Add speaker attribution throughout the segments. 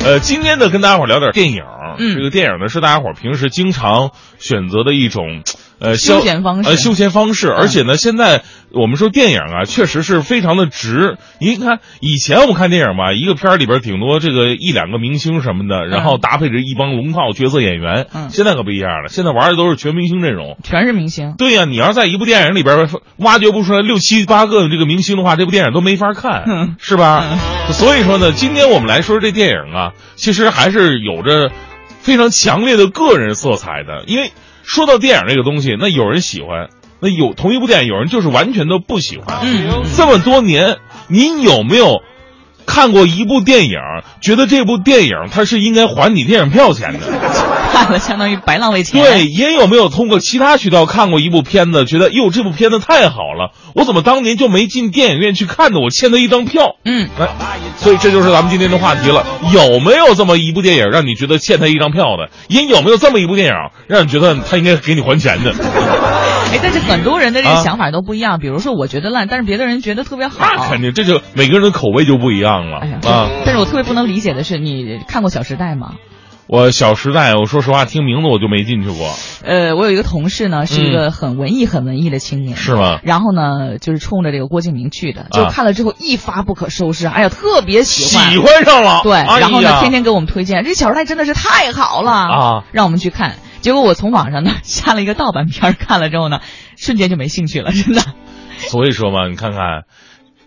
Speaker 1: 呃，今天呢，跟大家伙儿聊点电影。
Speaker 2: 嗯
Speaker 1: 这个电影呢，是大家伙儿平时经常选择的一种呃消
Speaker 2: 休闲方式嗯
Speaker 1: 呃休闲方式。而且呢，现在我们说电影啊，确实是非常的值。您看，以前我们看电影吧，一个片儿里边顶多这个一两个明星什么的，然后
Speaker 2: 嗯
Speaker 1: 搭配着一帮龙套角色演员。
Speaker 2: 嗯
Speaker 1: 现在可不一样了，现在玩的都是全明星阵容。
Speaker 2: 全是明星。
Speaker 1: 对呀、你要在一部电影里边儿挖掘不出来六七八个这个明星的话，这部电影都没法看，
Speaker 2: 嗯
Speaker 1: 是吧？
Speaker 2: 嗯
Speaker 1: 所以说呢，今天我们来说这电影啊，其实还是有着非常强烈的个人色彩的。因为说到电影这个东西，那有人喜欢，那有同一部电影，有人就是完全都不喜欢。
Speaker 2: 嗯，
Speaker 1: 这么多年，您有没有看过一部电影，觉得这部电影它是应该还你电影票钱的？
Speaker 2: 看了相当于白浪费钱。
Speaker 1: 对，，也有没有通过其他渠道看过一部片子，觉得哟这部片子太好了，我怎么当年就没进电影院去看呢？我欠他一张票。
Speaker 2: 嗯，
Speaker 1: 来，所以这就是咱们今天的话题了。有没有这么一部电影让你觉得欠他一张票的？也有没有这么一部电影让你觉得他应该给你还钱 的？
Speaker 2: 哎，但是很多人的这个
Speaker 1: 啊
Speaker 2: 想法都不一样。比如说，我觉得烂，但是别的人觉得特别好。
Speaker 1: 那肯定，这就每个人的口味就不一样了
Speaker 2: 哎呀，
Speaker 1: 啊。
Speaker 2: 但是我特别不能理解的是，你看过《小时代》吗？
Speaker 1: 我《小时代》，我说实话，听名字我就没进去过，
Speaker 2: 呃，我有一个同事呢，是一个很文艺、很文艺的青年。
Speaker 1: 嗯是吗？
Speaker 2: 然后呢，就是冲着这个郭敬明去的，就
Speaker 1: 啊
Speaker 2: 看了之后一发不可收拾，哎呀，特别喜欢，
Speaker 1: 喜欢上了，
Speaker 2: 对，
Speaker 1: 哎呀
Speaker 2: 然后呢，天天给我们推荐，这《小时代》真的是太好了
Speaker 1: 啊，
Speaker 2: 让我们去看。结果我从网上呢 下了一个盗版片儿，看了之后呢，瞬间就没兴趣了，真的。
Speaker 1: 所以说嘛，你看看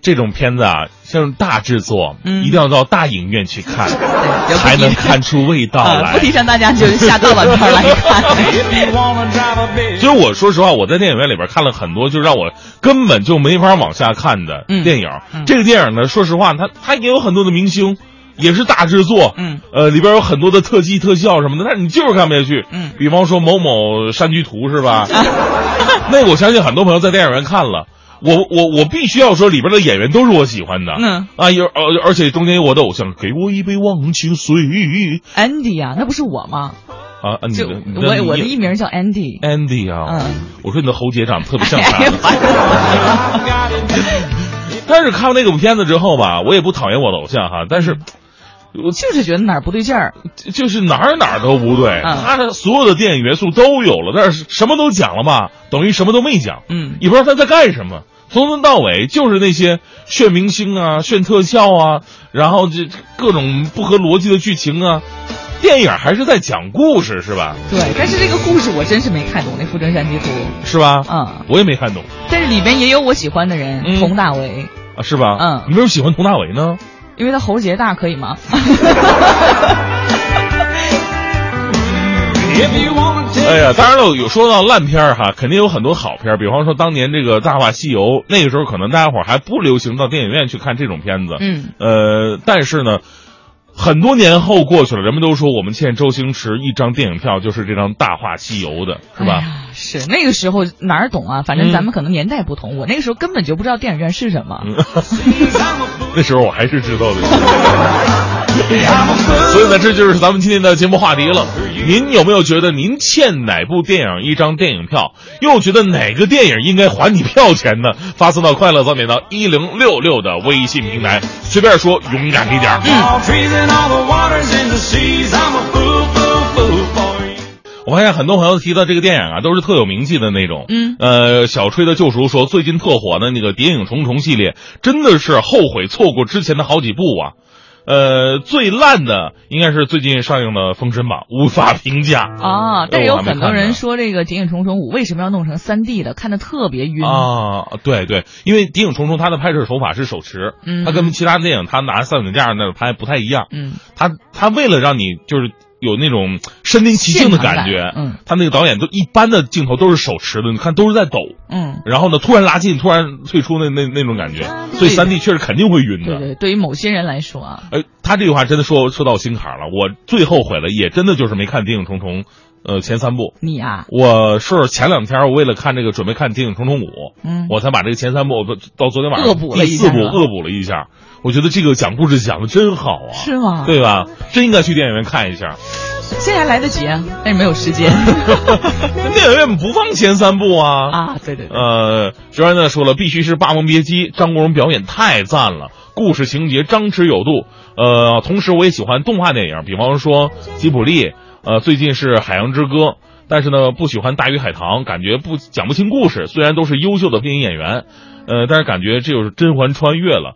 Speaker 1: 这种片子啊，像大制作，
Speaker 2: 嗯
Speaker 1: 一定要到大影院去 看，
Speaker 2: 对
Speaker 1: 才能看出味道
Speaker 2: 啊，不
Speaker 1: 来
Speaker 2: 提。倡大家就是下盗版片儿 来看。
Speaker 1: 就是我说实话，我在电影院里边看了很多，就让我根本就没法往下看的
Speaker 2: 嗯
Speaker 1: 电影。
Speaker 2: 嗯
Speaker 1: 这个电影呢，说实话，它它也有很多的明星，也是大制作，
Speaker 2: 嗯，
Speaker 1: 呃，里边有很多的特技、特效什么的，但是你就是看不下去。
Speaker 2: 嗯啊
Speaker 1: 比方说某某山居图是 吧？那个我相信很多朋友在电影院看了。我我我必须要说，里边的演员都是我喜欢的，
Speaker 2: 嗯
Speaker 1: 啊，有而而且中间有我的偶像，给我一杯忘情水
Speaker 2: Andy 啊，那不是我吗？
Speaker 1: 啊，啊你
Speaker 2: 就
Speaker 1: 的你的
Speaker 2: 我我的艺名叫 Andy。
Speaker 1: Andy 啊，
Speaker 2: 嗯
Speaker 1: 我说你的喉结长得特别像啥
Speaker 2: 哎呀，？烦死我了！
Speaker 1: 但是看完那个片子之后吧，我也不讨厌我的偶像哈，但
Speaker 2: 嗯
Speaker 1: 是
Speaker 2: 我就是觉得哪儿不对劲儿。
Speaker 1: 就是哪儿哪儿都不对，
Speaker 2: 嗯
Speaker 1: 他的所有的电影元素都有了，但是什么都讲了吧，等于什么都没讲，
Speaker 2: 嗯
Speaker 1: 也不知道他在干什么。从头到尾就是那些炫明星啊、炫特效啊，然后这各种不合逻辑的剧情啊，电影还是在讲故事是吧？
Speaker 2: 对，但是这个故事我真是没看懂，那《富春山居图》。
Speaker 1: 是吧？
Speaker 2: 嗯，
Speaker 1: 我也没看懂
Speaker 2: 但是里边也有我喜欢的人，
Speaker 1: 嗯
Speaker 2: 佟大为。
Speaker 1: 啊，是吧？
Speaker 2: 嗯
Speaker 1: 你为什么喜欢佟大为呢？
Speaker 2: 因为他喉结大，可以 吗？
Speaker 1: 哎呀，当然了，有说到烂片儿哈，肯定有很多好片儿，比方说当年这个《大话西游》，那个时候可能大家伙儿还不流行到电影院去看这种片子，
Speaker 2: 嗯，
Speaker 1: 呃，但是呢，很多年后过去了，人们都说我们欠周星驰一张电影票，就是这张《大话西游》的，是
Speaker 2: 哎
Speaker 1: 吧？
Speaker 2: 呀是那个时候哪儿懂啊？反正
Speaker 1: 嗯
Speaker 2: 咱们可能年代不同，我那个时候根本就不知道电影院是什么。
Speaker 1: 嗯 那时候我还是知道的， 所以呢，这就是咱们今天的节目话题了。您有没有觉得您欠哪部电影一张电影票？又觉得哪个电影应该还你票钱呢？发送到快乐早点到一零六六的微信平台，随便说，勇敢一点儿。
Speaker 2: 嗯
Speaker 3: All trees and all the waters and the seas. I'm a fool, fool, fool for you.
Speaker 1: 我发现很多朋友提到这个电影啊，都是特有名气的那种。
Speaker 2: 嗯，
Speaker 1: 呃，小吹的救赎说最近特火的那个《谍影重重》系列，真的是后悔错过之前的好几部啊。呃，最烂的应该是最近上映的《封神榜》，无法评价
Speaker 2: 啊，但是有很
Speaker 1: 嗯
Speaker 2: 多
Speaker 1: 我还没看呢
Speaker 2: 人说这个《谍影重重五》为什么要弄成三 D 的，看的特别晕。
Speaker 1: 啊。对对，因为《谍影重重》它的拍摄手法是手持，
Speaker 2: 嗯
Speaker 1: 它跟其他电影它拿三脚架那拍不太一样，
Speaker 2: 嗯，
Speaker 1: 它它为了让你就是有那种身临其境的
Speaker 2: 现场
Speaker 1: 感觉
Speaker 2: 感，嗯，
Speaker 1: 它那个导演都一般的镜头都是手持的，你看都是在抖。
Speaker 2: 嗯，
Speaker 1: 然后呢，突然拉近，突然退出那那那种感觉，所以
Speaker 2: 对
Speaker 1: 三 D 确实肯定会晕
Speaker 2: 对
Speaker 1: 的。
Speaker 2: 对，对于某些人来说啊，
Speaker 1: 哎，他这句话真的说说到我心坎儿了。我最后悔的也真的就是没看《谍影重重》，呃，前三部。
Speaker 2: 你啊，
Speaker 1: 我是前两天为了看这个准备看《谍影重重五》，
Speaker 2: 嗯，
Speaker 1: 我才把这个前三部不到昨天晚上
Speaker 2: 恶补了
Speaker 1: 第
Speaker 2: 一
Speaker 1: 四
Speaker 2: 下
Speaker 1: 部
Speaker 2: 是吧
Speaker 1: 恶补了一下。我觉得这个讲故事讲的真好啊，
Speaker 2: 是吗？
Speaker 1: 对吧？真应该去电影院看一下。
Speaker 2: 现在还来得及啊，但是没有时间
Speaker 1: 电影院不放前三部啊。
Speaker 2: 啊。对对对，
Speaker 1: 呃，学员呢说了，必须是《霸王别姬》，张国荣表演太赞了，故事情节张弛有度。呃，同时我也喜欢动画电影，比方说吉卜力，呃，最近是《海洋之歌》，但是呢不喜欢《大鱼海棠》，感觉不讲不清故事。虽然都是优秀的配音演员，呃，但是感觉这就是甄嬛穿越了。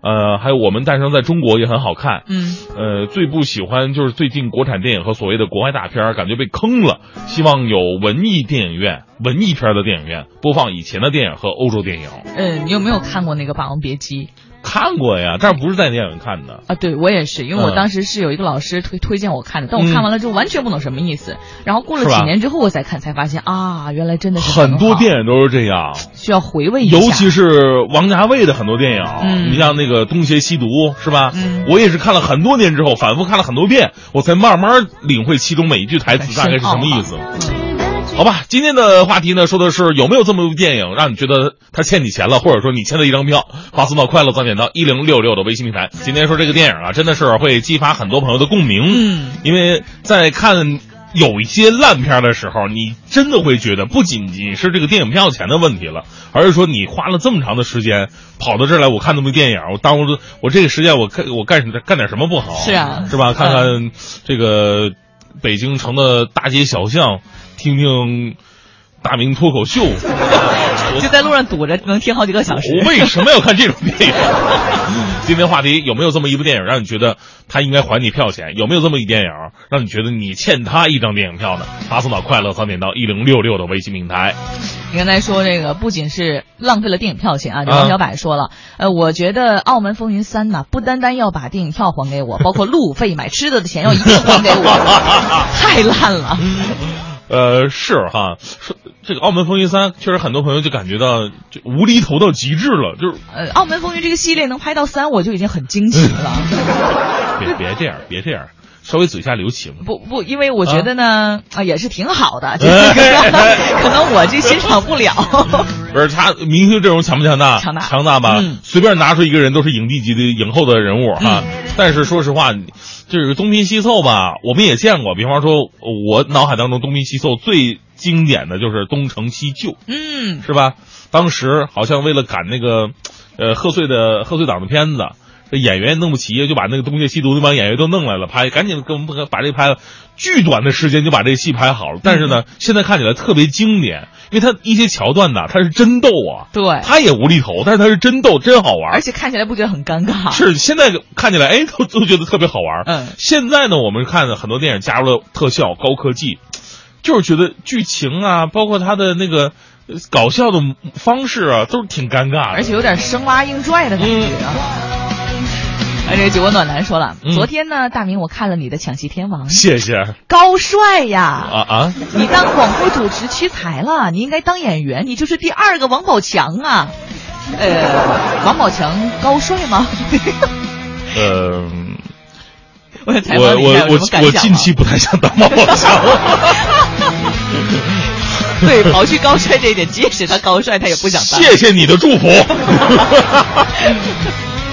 Speaker 1: 呃，还有我们诞生在中国也很好看，
Speaker 2: 嗯，
Speaker 1: 呃，最不喜欢就是最近国产电影和所谓的国外大片儿，感觉被坑了。希望有文艺电影院、文艺片儿的电影院播放以前的电影和欧洲电影。
Speaker 2: 呃，你有没有看过那个《霸王别姬》？
Speaker 1: 看过呀，但是不是在电影院看的。
Speaker 2: 啊，对我也是，因为
Speaker 1: 嗯
Speaker 2: 我当时是有一个老师推推荐我看的，但我看完了之后完全不懂什么意思。然后过了
Speaker 1: 是吧
Speaker 2: 几年之后我再看，才发现啊，原来真的是
Speaker 1: 很多
Speaker 2: 好
Speaker 1: 电影都是这样，
Speaker 2: 需要回味一下。
Speaker 1: 尤其是王家卫的很多电影，
Speaker 2: 嗯
Speaker 1: 你像那个《东邪西毒》是吧？
Speaker 2: 嗯
Speaker 1: 我也是看了很多年之后，反复看了很多遍，我才慢慢领会其中每一句台词大概是什么意思。
Speaker 2: 哦
Speaker 1: 好吧，今天的话题呢，说的是有没有这么一部电影让你觉得他欠你钱了，或者说你欠他一张票，发送到快乐早点到一零六六的微信平台。今天说这个电影啊，真的是会激发很多朋友的共鸣，
Speaker 2: 嗯，
Speaker 1: 因为在看。有一些烂片的时候，你真的会觉得不仅仅是这个电影票钱的问题了，而是说你花了这么长的时间跑到这儿来，我看那部电影，我耽误了我这个时间我干我干什么干点什么不好？
Speaker 2: 是啊
Speaker 1: 是吧？看看这个北京城的大街小巷，听听大明脱口秀。
Speaker 2: 就在路上堵着，能听好几个小时。
Speaker 1: 我为什么要看这种电影？ 今天话题有没有这么一部电影让你觉得他应该还你票钱？有没有这么一电影让你觉得你欠他一张电影票呢？发送到快乐三点到一零六六的微信平台。
Speaker 2: 你刚才说这个不仅是浪费了电影票钱啊，这
Speaker 1: 啊
Speaker 2: 王小柏说了，呃，我觉得《澳门风云三》呢，不单单要把电影票还给 我，包括路费、买吃的的钱要一定还给我， 太烂了。
Speaker 1: 呃，是哈，是这个《澳门风云三》，确实很多朋友就感觉到就无厘头到极致了，就是
Speaker 2: 呃，《澳门风云》这个系列能拍到三，我就已经很惊喜了。
Speaker 1: 别别这样，别这样，稍微嘴下留情。
Speaker 2: 不不，因为我觉得呢，啊也是挺 好的，就是
Speaker 1: 哎哎哎
Speaker 2: 可能我这欣赏不了。
Speaker 1: 不是他明星阵容强不强大？
Speaker 2: 强大
Speaker 1: 强大吧？
Speaker 2: 嗯
Speaker 1: 随便拿出一个人都是影帝级的影后的人物哈。
Speaker 2: 嗯
Speaker 1: 但是说实话，你就是东拼西凑吧，我们也见过。比方说，我脑海当中东拼西凑最经典的就是东成西就，
Speaker 2: 嗯，
Speaker 1: 是吧？当时好像为了赶那个，呃，贺岁的贺岁档的片子。这演员弄不齐，就把那个《东邪西毒》那帮演员都弄来了拍，赶紧给我们把这拍了，巨短的时间就把这戏拍好了。但是呢，现在看起来特别经典，因为它一些桥段呢，它是真逗啊，
Speaker 2: 对，
Speaker 1: 他也无厘头，但是他是真逗，真好玩
Speaker 2: 而
Speaker 1: 儿。
Speaker 2: 且看起来不觉得很尴尬。
Speaker 1: 是现在看起来，哎， 都都觉得特别好玩儿。
Speaker 2: 啊嗯
Speaker 1: 现在呢，我们看很多电影加入了特效、高科技，就是觉得剧情啊，包括他的那个呃搞笑的方式啊，都是挺尴尬的。
Speaker 2: 而且有点生拉硬拽的感觉。啊哎而且九国暖男说了，
Speaker 1: 嗯
Speaker 2: 昨天呢，大明我看了你的《抢戏天王》，
Speaker 1: 谢谢啊
Speaker 2: 高帅呀！
Speaker 1: 啊，
Speaker 2: 你当广播主持屈才了，你应该当演员，你就是第二个王宝强啊！呃，王宝强高帅吗？
Speaker 1: 呃，
Speaker 2: 我采
Speaker 1: 我
Speaker 2: 访你一下
Speaker 1: 我
Speaker 2: 有什么
Speaker 1: 我
Speaker 2: 感
Speaker 1: 我
Speaker 2: 想啊
Speaker 1: 近
Speaker 2: 吗？
Speaker 1: 期不太想当王宝强。
Speaker 2: 对，刨去高帅这一点，即使他高帅，他也不想当。
Speaker 1: 谢谢你的祝福。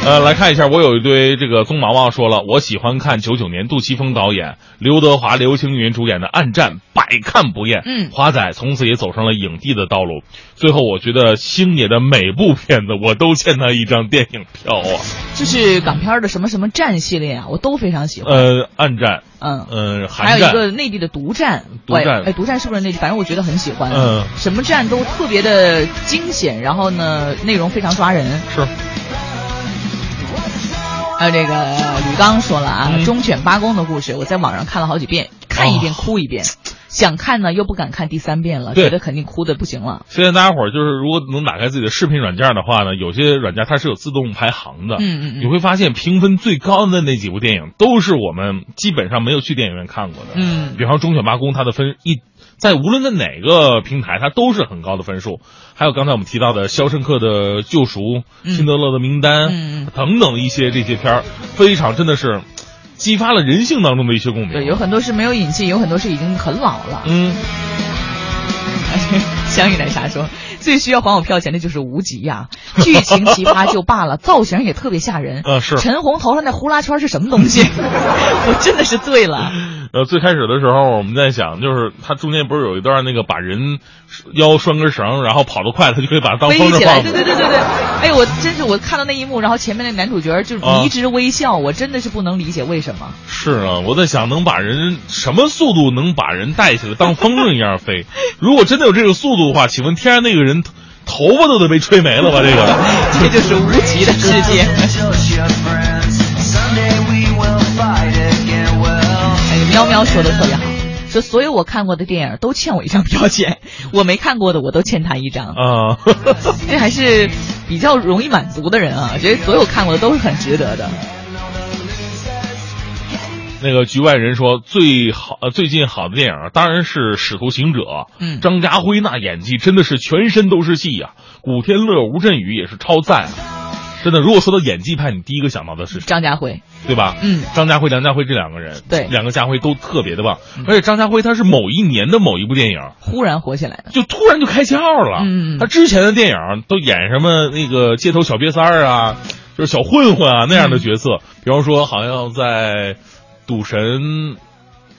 Speaker 1: 呃，来看一下，我有一堆这个棕毛毛说了，我喜欢看九九年杜琪峰导演、刘德华、刘青云主演的《暗战》，百看不厌。
Speaker 2: 嗯
Speaker 1: 华仔从此也走上了影帝的道路。最后，我觉得星爷的每部片子我都欠他一张电影票啊。
Speaker 2: 就是港片儿的什么什么战系列啊，我都非常喜欢。
Speaker 1: 呃，《暗战》，
Speaker 2: 嗯，
Speaker 1: 呃，《
Speaker 2: 还
Speaker 1: 寒
Speaker 2: 有
Speaker 1: 战
Speaker 2: 一》个内地的独占，
Speaker 1: 独占
Speaker 2: 哎，独占是不是内地？反正我觉得很喜欢。
Speaker 1: 嗯
Speaker 2: 什么战都特别的惊险，然后呢，内容非常抓人。
Speaker 1: 是
Speaker 2: 还有这个吕刚说了啊，
Speaker 1: 嗯
Speaker 2: 忠犬八公的故事，我在网上看了好几遍，看一遍
Speaker 1: 哦
Speaker 2: 哭一遍，想看呢又不敢看第三遍了，
Speaker 1: 对啊
Speaker 2: 觉得肯定哭的不行了。
Speaker 1: 现在大家伙儿就是，如果能打开自己的视频软件的话呢，有些软件它是有自动排行的。
Speaker 2: 嗯嗯嗯
Speaker 1: 你会发现评分最高的那几部电影，都是我们基本上没有去电影院看过的。
Speaker 2: 嗯
Speaker 1: 比方《忠犬八公》，它的分一在无论在哪个平台，它都是很高的分数。还有刚才我们提到的《肖申克的救赎》
Speaker 2: 嗯
Speaker 1: 辛德勒的名单》
Speaker 2: 嗯嗯
Speaker 1: 等等一些这些片儿，非常真的是激发了人性当中的一些共鸣。
Speaker 2: 对，有很多是没有引进，有很多是已经很老了。
Speaker 1: 嗯，
Speaker 2: 相应奶茶说，最需要还我票钱的就是无极 呀、剧情奇葩就罢了，造型也特别吓人。
Speaker 1: 呃是
Speaker 2: 陈红头上那呼啦圈是什么东西？我真的是醉了。
Speaker 1: 呃，最开始的时候我们在想，就是它中间不是有一段那个把人腰拴根绳，然后跑得快，他就可以把它当
Speaker 2: 飞
Speaker 1: 风筝
Speaker 2: 起来，
Speaker 1: 放
Speaker 2: 对对对对对，哎，我真是我看到那一幕，然后前面那男主角就是
Speaker 1: 啊
Speaker 2: 迷之微笑，我真的是不能理解为什么。
Speaker 1: 是啊，我在想能把人什么速度能把人带起来当风筝一样飞？ 如果真的有这个速度的话，请问天上那个人头头发都得被吹没了吧？这个
Speaker 2: 这就是无极的 世界。哎，喵喵说的特别好，说所有我看过的电影都欠我一张票钱，我没看过的我都欠他一张。
Speaker 1: 啊，
Speaker 2: 这还是比较容易满足的人啊，觉得所有看过的都是很值得的。
Speaker 1: 那个局外人说最好呃最近好的电影当然是《使徒行者》，
Speaker 2: 嗯
Speaker 1: 张家辉那演技真的是全身都是戏呀、古天乐、吴镇宇也是超赞、啊，真的。如果说到演技派，你第一个想到的是谁？
Speaker 2: 张家辉，
Speaker 1: 对吧？
Speaker 2: 嗯
Speaker 1: 张家辉、梁家辉这两个人，
Speaker 2: 对嗯
Speaker 1: 两个家辉都特别的棒，而且张家辉他是某一年的某一部电影。
Speaker 2: 忽然火起来的，
Speaker 1: 就突然就开窍了。
Speaker 2: 嗯
Speaker 1: 他之前的电影都演什么那个街头小瘪三儿啊，就是小混混啊那样的角色。
Speaker 2: 嗯
Speaker 1: 比方说，好像在《赌神》，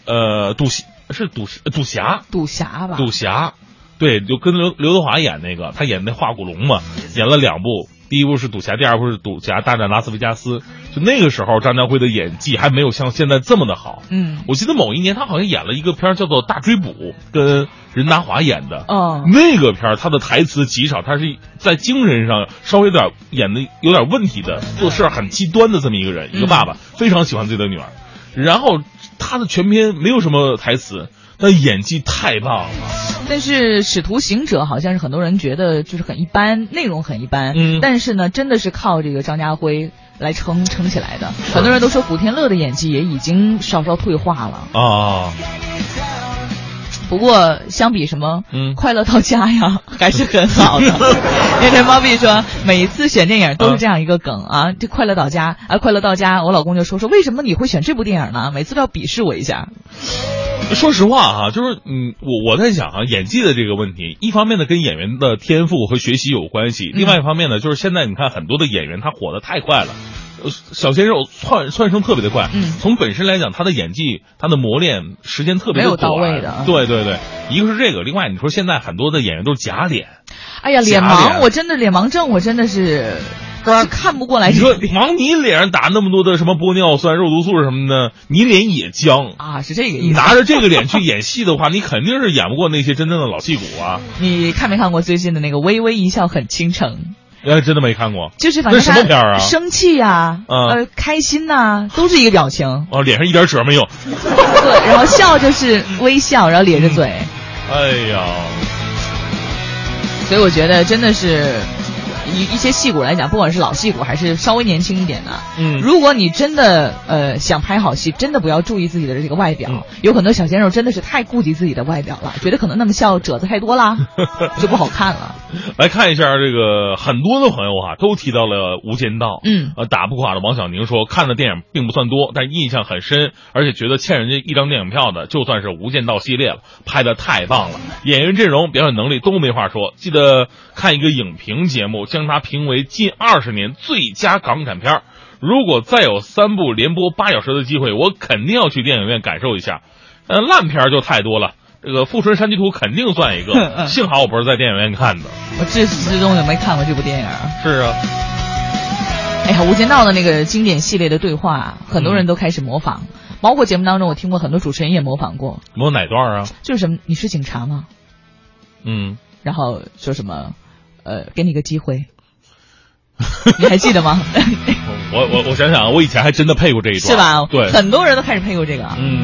Speaker 1: 呃，赌侠是赌神赌侠，
Speaker 2: 赌侠吧？
Speaker 1: 赌侠，对，就跟刘刘德华演那个，他演那化骨龙嘛，
Speaker 2: 嗯
Speaker 1: 演了两部，第一部是赌侠，第二部是赌侠大战拉斯维加斯。就那个时候，张家辉的演技还没有像现在这么的好。
Speaker 2: 嗯
Speaker 1: 我记得某一年他好像演了一个片儿叫做《大追捕》，跟任达华演的。
Speaker 2: 哦
Speaker 1: 那个片儿他的台词极少，他是在精神上稍微有点演的有点问题的，做事儿很极端的这么一个人，一个爸爸
Speaker 2: 嗯
Speaker 1: 非常喜欢自己的女儿。然后他的全篇没有什么台词，但演技太棒了。
Speaker 2: 但是《使徒行者》好像是很多人觉得就是很一般，内容很一般，
Speaker 1: 嗯
Speaker 2: 但是呢，真的是靠这个张家辉来撑撑起来的。很多人都说古天乐的演技也已经稍稍退化了，
Speaker 1: 啊，
Speaker 2: 不过相比什么，
Speaker 1: 嗯
Speaker 2: 快乐到家呀， 还是很好 的。那天猫币说，每一次选电影都是这样一个梗啊，这快乐到家啊，快乐到家，我老公就说说为什么你会选这部电影呢？每次都要鄙视我一下，
Speaker 1: 说实话哈、就是嗯，我我在想啊，演技的这个问题，一方面呢跟演员的天赋和学习有关系，
Speaker 2: 嗯
Speaker 1: 另外一方面呢，就是现在你看很多的演员他火的太快了。呃小鲜肉窜窜升特别的快，
Speaker 2: 嗯
Speaker 1: 从本身来讲，他的演技、他的磨练时间特别地
Speaker 2: 没有到
Speaker 1: 短
Speaker 2: 位的啊
Speaker 1: 对对对，一个是这个，另外你说现在很多的演员都是假脸，
Speaker 2: 哎呀，脸啊
Speaker 1: 假
Speaker 2: 盲，
Speaker 1: 脸
Speaker 2: 我真的脸盲症，我真的是就看不过来
Speaker 1: 你
Speaker 2: 这
Speaker 1: 说
Speaker 2: 个
Speaker 1: 往你脸上打那么多的什么玻尿酸、肉毒素什么的，你脸也僵。
Speaker 2: 啊，是这个
Speaker 1: 你
Speaker 2: 意思。
Speaker 1: 拿着这个脸去演戏的话，你肯定是演不过那些真正的老戏骨啊！
Speaker 2: 你看没看过最近的那个《微微一笑很倾城》？
Speaker 1: 呃，真的没看过
Speaker 2: 就是反正
Speaker 1: 那什么片儿啊
Speaker 2: 他生气呀、
Speaker 1: 嗯。
Speaker 2: 呃，开心呐、都是一个表情
Speaker 1: 哦，脸上一点褶没有。
Speaker 2: 对，然后笑就是微笑，然后咧着嘴。
Speaker 1: 哎呀，
Speaker 2: 所以我觉得真的是，一一些戏骨来讲，不管是老戏骨还是稍微年轻一点的，
Speaker 1: 嗯
Speaker 2: 如果你真的呃想拍好戏，真的不要注意自己的这个外表。
Speaker 1: 嗯
Speaker 2: 有很多小鲜肉真的是太顾及自己的外 表了，觉得可能那么笑褶子太多 啦，就不好看了。
Speaker 1: 来看一下这个，很多的朋友啊都提到了《无间道》。
Speaker 2: 嗯
Speaker 1: 呃，打不垮的王小宁说，看的电影并不算多，但印象很深，而且觉得欠人家一张电影票的，就算是《无间道》系列了，拍的太棒了，演员阵容、表演能力都没话说。记得看一个影评节目，将它评为近二十年最佳港产片儿如果再有三部连播八小时的机会，我肯定要去电影院感受一下。呃，烂片儿就太多了，这个《富春山居图》肯定算一
Speaker 2: 嗯 嗯
Speaker 1: 个。幸好我不是在电影院看的。
Speaker 2: 我至始至终也没看过这部电影。
Speaker 1: 是啊，
Speaker 2: 哎呀，《无间道》的那个经典系列的对话，很多人都开始模仿，包括节目当中我听过很多主持人也模仿过，
Speaker 1: 有哪段啊？
Speaker 2: 就是什么你是警察吗？
Speaker 1: 嗯，
Speaker 2: 然后说什么，呃，给你个机会，你还记 得吗？
Speaker 1: 我我我想想啊，我以前还真的配过这一段，
Speaker 2: 是吧？
Speaker 1: 对，
Speaker 2: 很多人都开始配过这个。
Speaker 1: 嗯。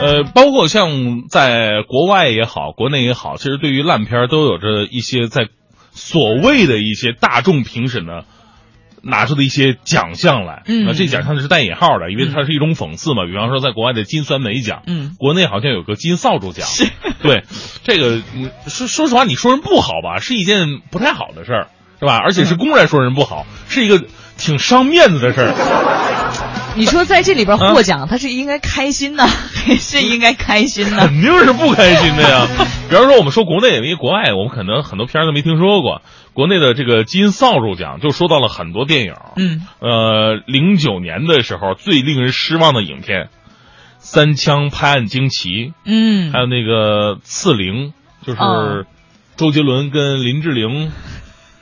Speaker 1: 呃，包括像在国外也好，国内也好，其实对于烂片儿都有着一些在所谓的一些大众评审呢。拿出的一些奖项来，
Speaker 2: 嗯
Speaker 1: 那这奖项是带引号的，因为它是一种讽刺嘛。比方说，在国外的金酸梅奖，
Speaker 2: 嗯
Speaker 1: 国内好像有个金扫帚奖，对，这个嗯说说实话，你说人不好吧，是一件不太好的事
Speaker 2: 嗯
Speaker 1: 儿，是吧？而且是公然说人不好，是一个挺伤面子的事儿。
Speaker 2: 你说在这里边
Speaker 1: 啊
Speaker 2: 获奖，他是应该开心呢，还 是应该开 心呢？
Speaker 1: 肯定是不开心的呀。比方说，我们说国内，因为国外我们可能很多片儿都没听说过。国内的这个金扫帚奖就说到了很多电影，
Speaker 2: 嗯，
Speaker 1: 呃，零九年的时候最令人失望的影片，《三枪拍案惊奇》，
Speaker 2: 嗯
Speaker 1: 还，有那个《刺陵》，就是
Speaker 2: 哦
Speaker 1: 周杰伦跟林志 玲，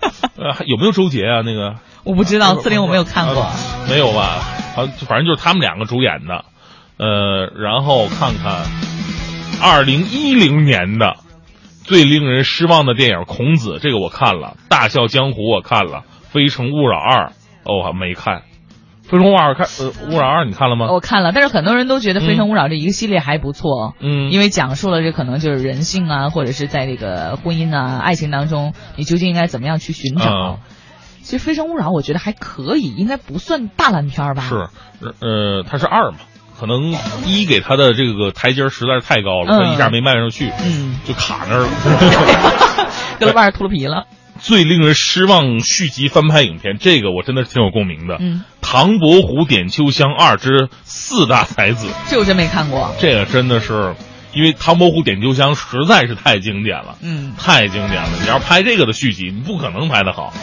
Speaker 1: 呃，还有没有周杰啊？那个
Speaker 2: 我不知道《刺陵》我没有看过，
Speaker 1: 没有吧？啊，反正就是他们两个主演的。呃，然后看看二零一零年的最令人失望的电影《孔子》，这个我看了，《大笑江湖》我看了，《非诚勿扰二》哦我还没看，《非诚勿扰》看呃《勿扰二》你看了吗？
Speaker 2: 我看了，但是很多人都觉得《非诚勿扰》这一个系列还不错，
Speaker 1: 嗯，
Speaker 2: 因
Speaker 1: 为
Speaker 2: 为讲述了这可能就是人性啊，或者是在这个婚姻啊、爱情当中，你究竟应该怎么样去寻找
Speaker 1: 啊？
Speaker 2: 其实《非诚勿扰》我觉得还可以，应该不算大烂片儿吧？
Speaker 1: 是呃它是二嘛，可能一给他的这个台阶儿实在是太高了，他一下没迈上去，
Speaker 2: 嗯，
Speaker 1: 就卡那儿 了。
Speaker 2: 跟腕儿秃噜皮了。
Speaker 1: 最令人失望续集翻拍影片，这个我真的是挺有共鸣的。
Speaker 2: 嗯，
Speaker 1: 唐伯虎点秋香二之四大才子，
Speaker 2: 这我真没看过。
Speaker 1: 这个真的是，因为唐伯虎点秋香实在是太经典了，
Speaker 2: 嗯，
Speaker 1: 太经典了。你要拍这个的续集，你不可能拍得好。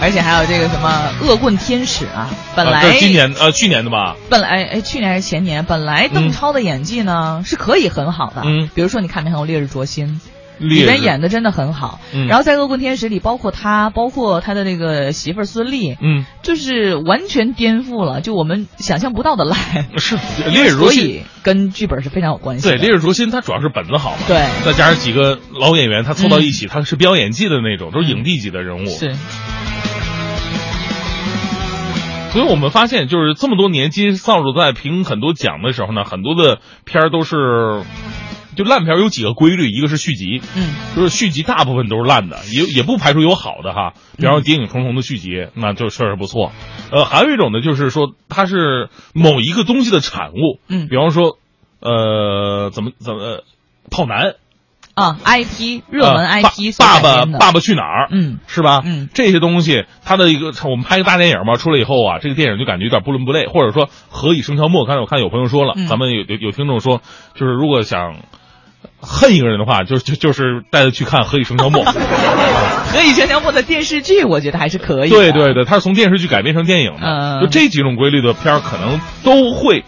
Speaker 2: 而且还有这个什么恶棍天使啊，本
Speaker 1: 啊
Speaker 2: 来、
Speaker 1: 这是今年呃去年的吧？
Speaker 2: 本来哎去年还是前年，本来邓超的演技呢、是可以很好的，
Speaker 1: 嗯
Speaker 2: 比如说你看没看过《烈日灼心》，
Speaker 1: 里
Speaker 2: 里边演的真的很好，
Speaker 1: 嗯
Speaker 2: 然后在《恶棍天使》里，包括他，包括他的那个媳妇儿孙俪，
Speaker 1: 嗯
Speaker 2: 就是完全颠覆了，就我们想象不到的来，
Speaker 1: 是烈日灼
Speaker 2: 所
Speaker 1: 心。
Speaker 2: 以跟剧本是非常有关系
Speaker 1: 对，
Speaker 2: 的。
Speaker 1: 烈日灼心，它主要是本子好嘛，
Speaker 2: 对嗯
Speaker 1: 再加上几个老演员，他凑到一起，他是飙演技的那种，都是影帝级的人物。
Speaker 2: 是，
Speaker 1: 所以我们发现，就是这么多年，金扫帚在评很多奖的时候呢，很多的片儿都是，就烂片儿有几个规律，一个是续集，
Speaker 2: 嗯，
Speaker 1: 就是续集大部分都是烂的，也也不排除有好的哈，比方说《谍影重重》的续集，那就确实不错。呃，还有一种呢，就是说它是某一个东西的产物，
Speaker 2: 嗯
Speaker 1: 比方说，呃，怎么怎么，呃跑男，
Speaker 2: 啊，IP 热门
Speaker 1: 呃
Speaker 2: IP 所
Speaker 1: 爸爸
Speaker 2: 改编
Speaker 1: 爸
Speaker 2: 的，
Speaker 1: 爸爸去哪儿，
Speaker 2: 嗯
Speaker 1: 是吧？
Speaker 2: 嗯
Speaker 1: 这些东西，它的一个，我们拍个大电影嘛，出来以后啊，这个电影就感觉有点不伦不类，或者说何以笙箫默。刚才我看有朋友说了，
Speaker 2: 嗯
Speaker 1: 咱们有有有听众说，就是如果想恨一个人的话，就就就是带他去看何以笙箫 默。
Speaker 2: 啊所以《全强迫》的电视剧，我觉得还是可以的。
Speaker 1: 对对对，它是从电视剧改编成电影的，
Speaker 2: 嗯
Speaker 1: 就这几种规律的片儿，可能都会。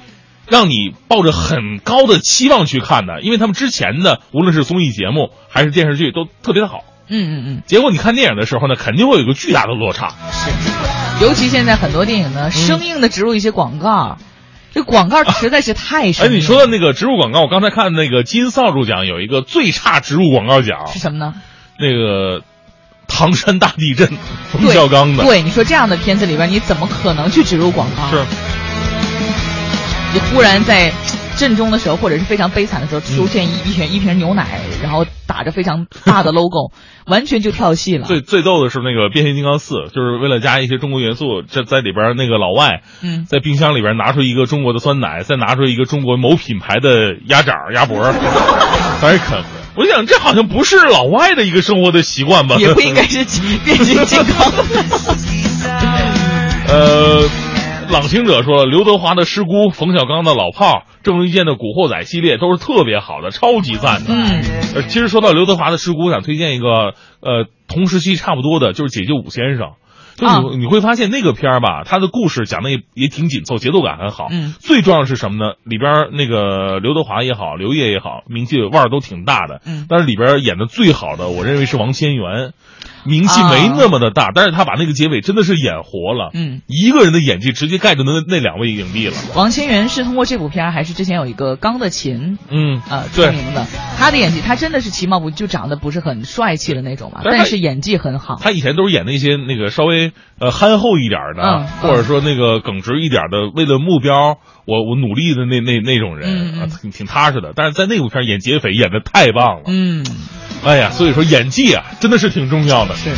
Speaker 1: 让你抱着很高的期望去看的，因为他们之前的无论是综艺节目还是电视剧都特别的好，
Speaker 2: 嗯嗯嗯。
Speaker 1: 结果你看电影的时候呢，肯定会有一个巨大的落差。
Speaker 2: 尤其现在很多电影
Speaker 1: 嗯
Speaker 2: 呢，生硬的植入一些广告，这广告实在是太生
Speaker 1: 哎，
Speaker 2: 硬了。
Speaker 1: 你说的那个植入广告，我刚才看那个金扫帚奖有一个最差植入广告奖，
Speaker 2: 是什么呢？
Speaker 1: 那个唐山大地震，冯小刚的，
Speaker 2: 对，你说这样的片子里边，你怎么可能去植入广告？
Speaker 1: 是，
Speaker 2: 你忽然在震中的时候，或者是非常悲惨的时候，
Speaker 1: 嗯
Speaker 2: 出现一一瓶一瓶牛奶，然后打着非常大的 logo，完全就跳戏了。
Speaker 1: 最最逗的是那个变形金刚四，就是为了加一些中国元素，这在里边那个老外
Speaker 2: 嗯，
Speaker 1: 在冰箱里边拿出一个中国的酸奶，再拿出一个中国某品牌的鸭掌、鸭脖， 咱啃。我想这好像不是老外的一个生活的习惯吧？
Speaker 2: 也不应该是变形金刚。
Speaker 1: 呃，朗听者说，刘德华的《师姑》，冯小刚的《老炮儿》，郑伊健的《古惑仔》系列都是特别好的，超级赞的。
Speaker 2: 嗯，
Speaker 1: 呃，其实说到刘德华的《师姑》，想推荐一个呃同时期差不多的，就是《解救武先生》。就你、
Speaker 2: 啊
Speaker 1: 你会发现那个片儿吧，它的故事讲的也也挺紧凑，节奏感很好。
Speaker 2: 嗯
Speaker 1: 最重要的是什么呢？里边儿那个刘德华也好，刘烨也好，名气腕儿都挺大的。
Speaker 2: 嗯
Speaker 1: 但是里边儿演的最好的，我认为是王千源，名气没那么的大，但是他把那个结尾真的是演活了。
Speaker 2: 啊嗯
Speaker 1: 一个人的演技直接盖住那那两位影帝了。
Speaker 2: 王千源是通过这部片儿，还是之前有一个《钢的琴》
Speaker 1: 嗯
Speaker 2: 呃出
Speaker 1: 对，
Speaker 2: 名的？他的演技，他真的是其貌不就长得不是很帅气的那种嘛，
Speaker 1: 但是他
Speaker 2: 但是演技很好。
Speaker 1: 他以前都是演那些那个稍微呃憨厚一点儿的，
Speaker 2: 嗯
Speaker 1: 或者说那个耿直一点儿的，为了目标我我努力的那那那种人、
Speaker 2: 嗯嗯
Speaker 1: 啊，挺挺踏实的。但是在那部片儿演劫匪演的太棒了，
Speaker 2: 嗯，
Speaker 1: 哎呀，所以说演技啊真的是挺重要的。
Speaker 2: 是。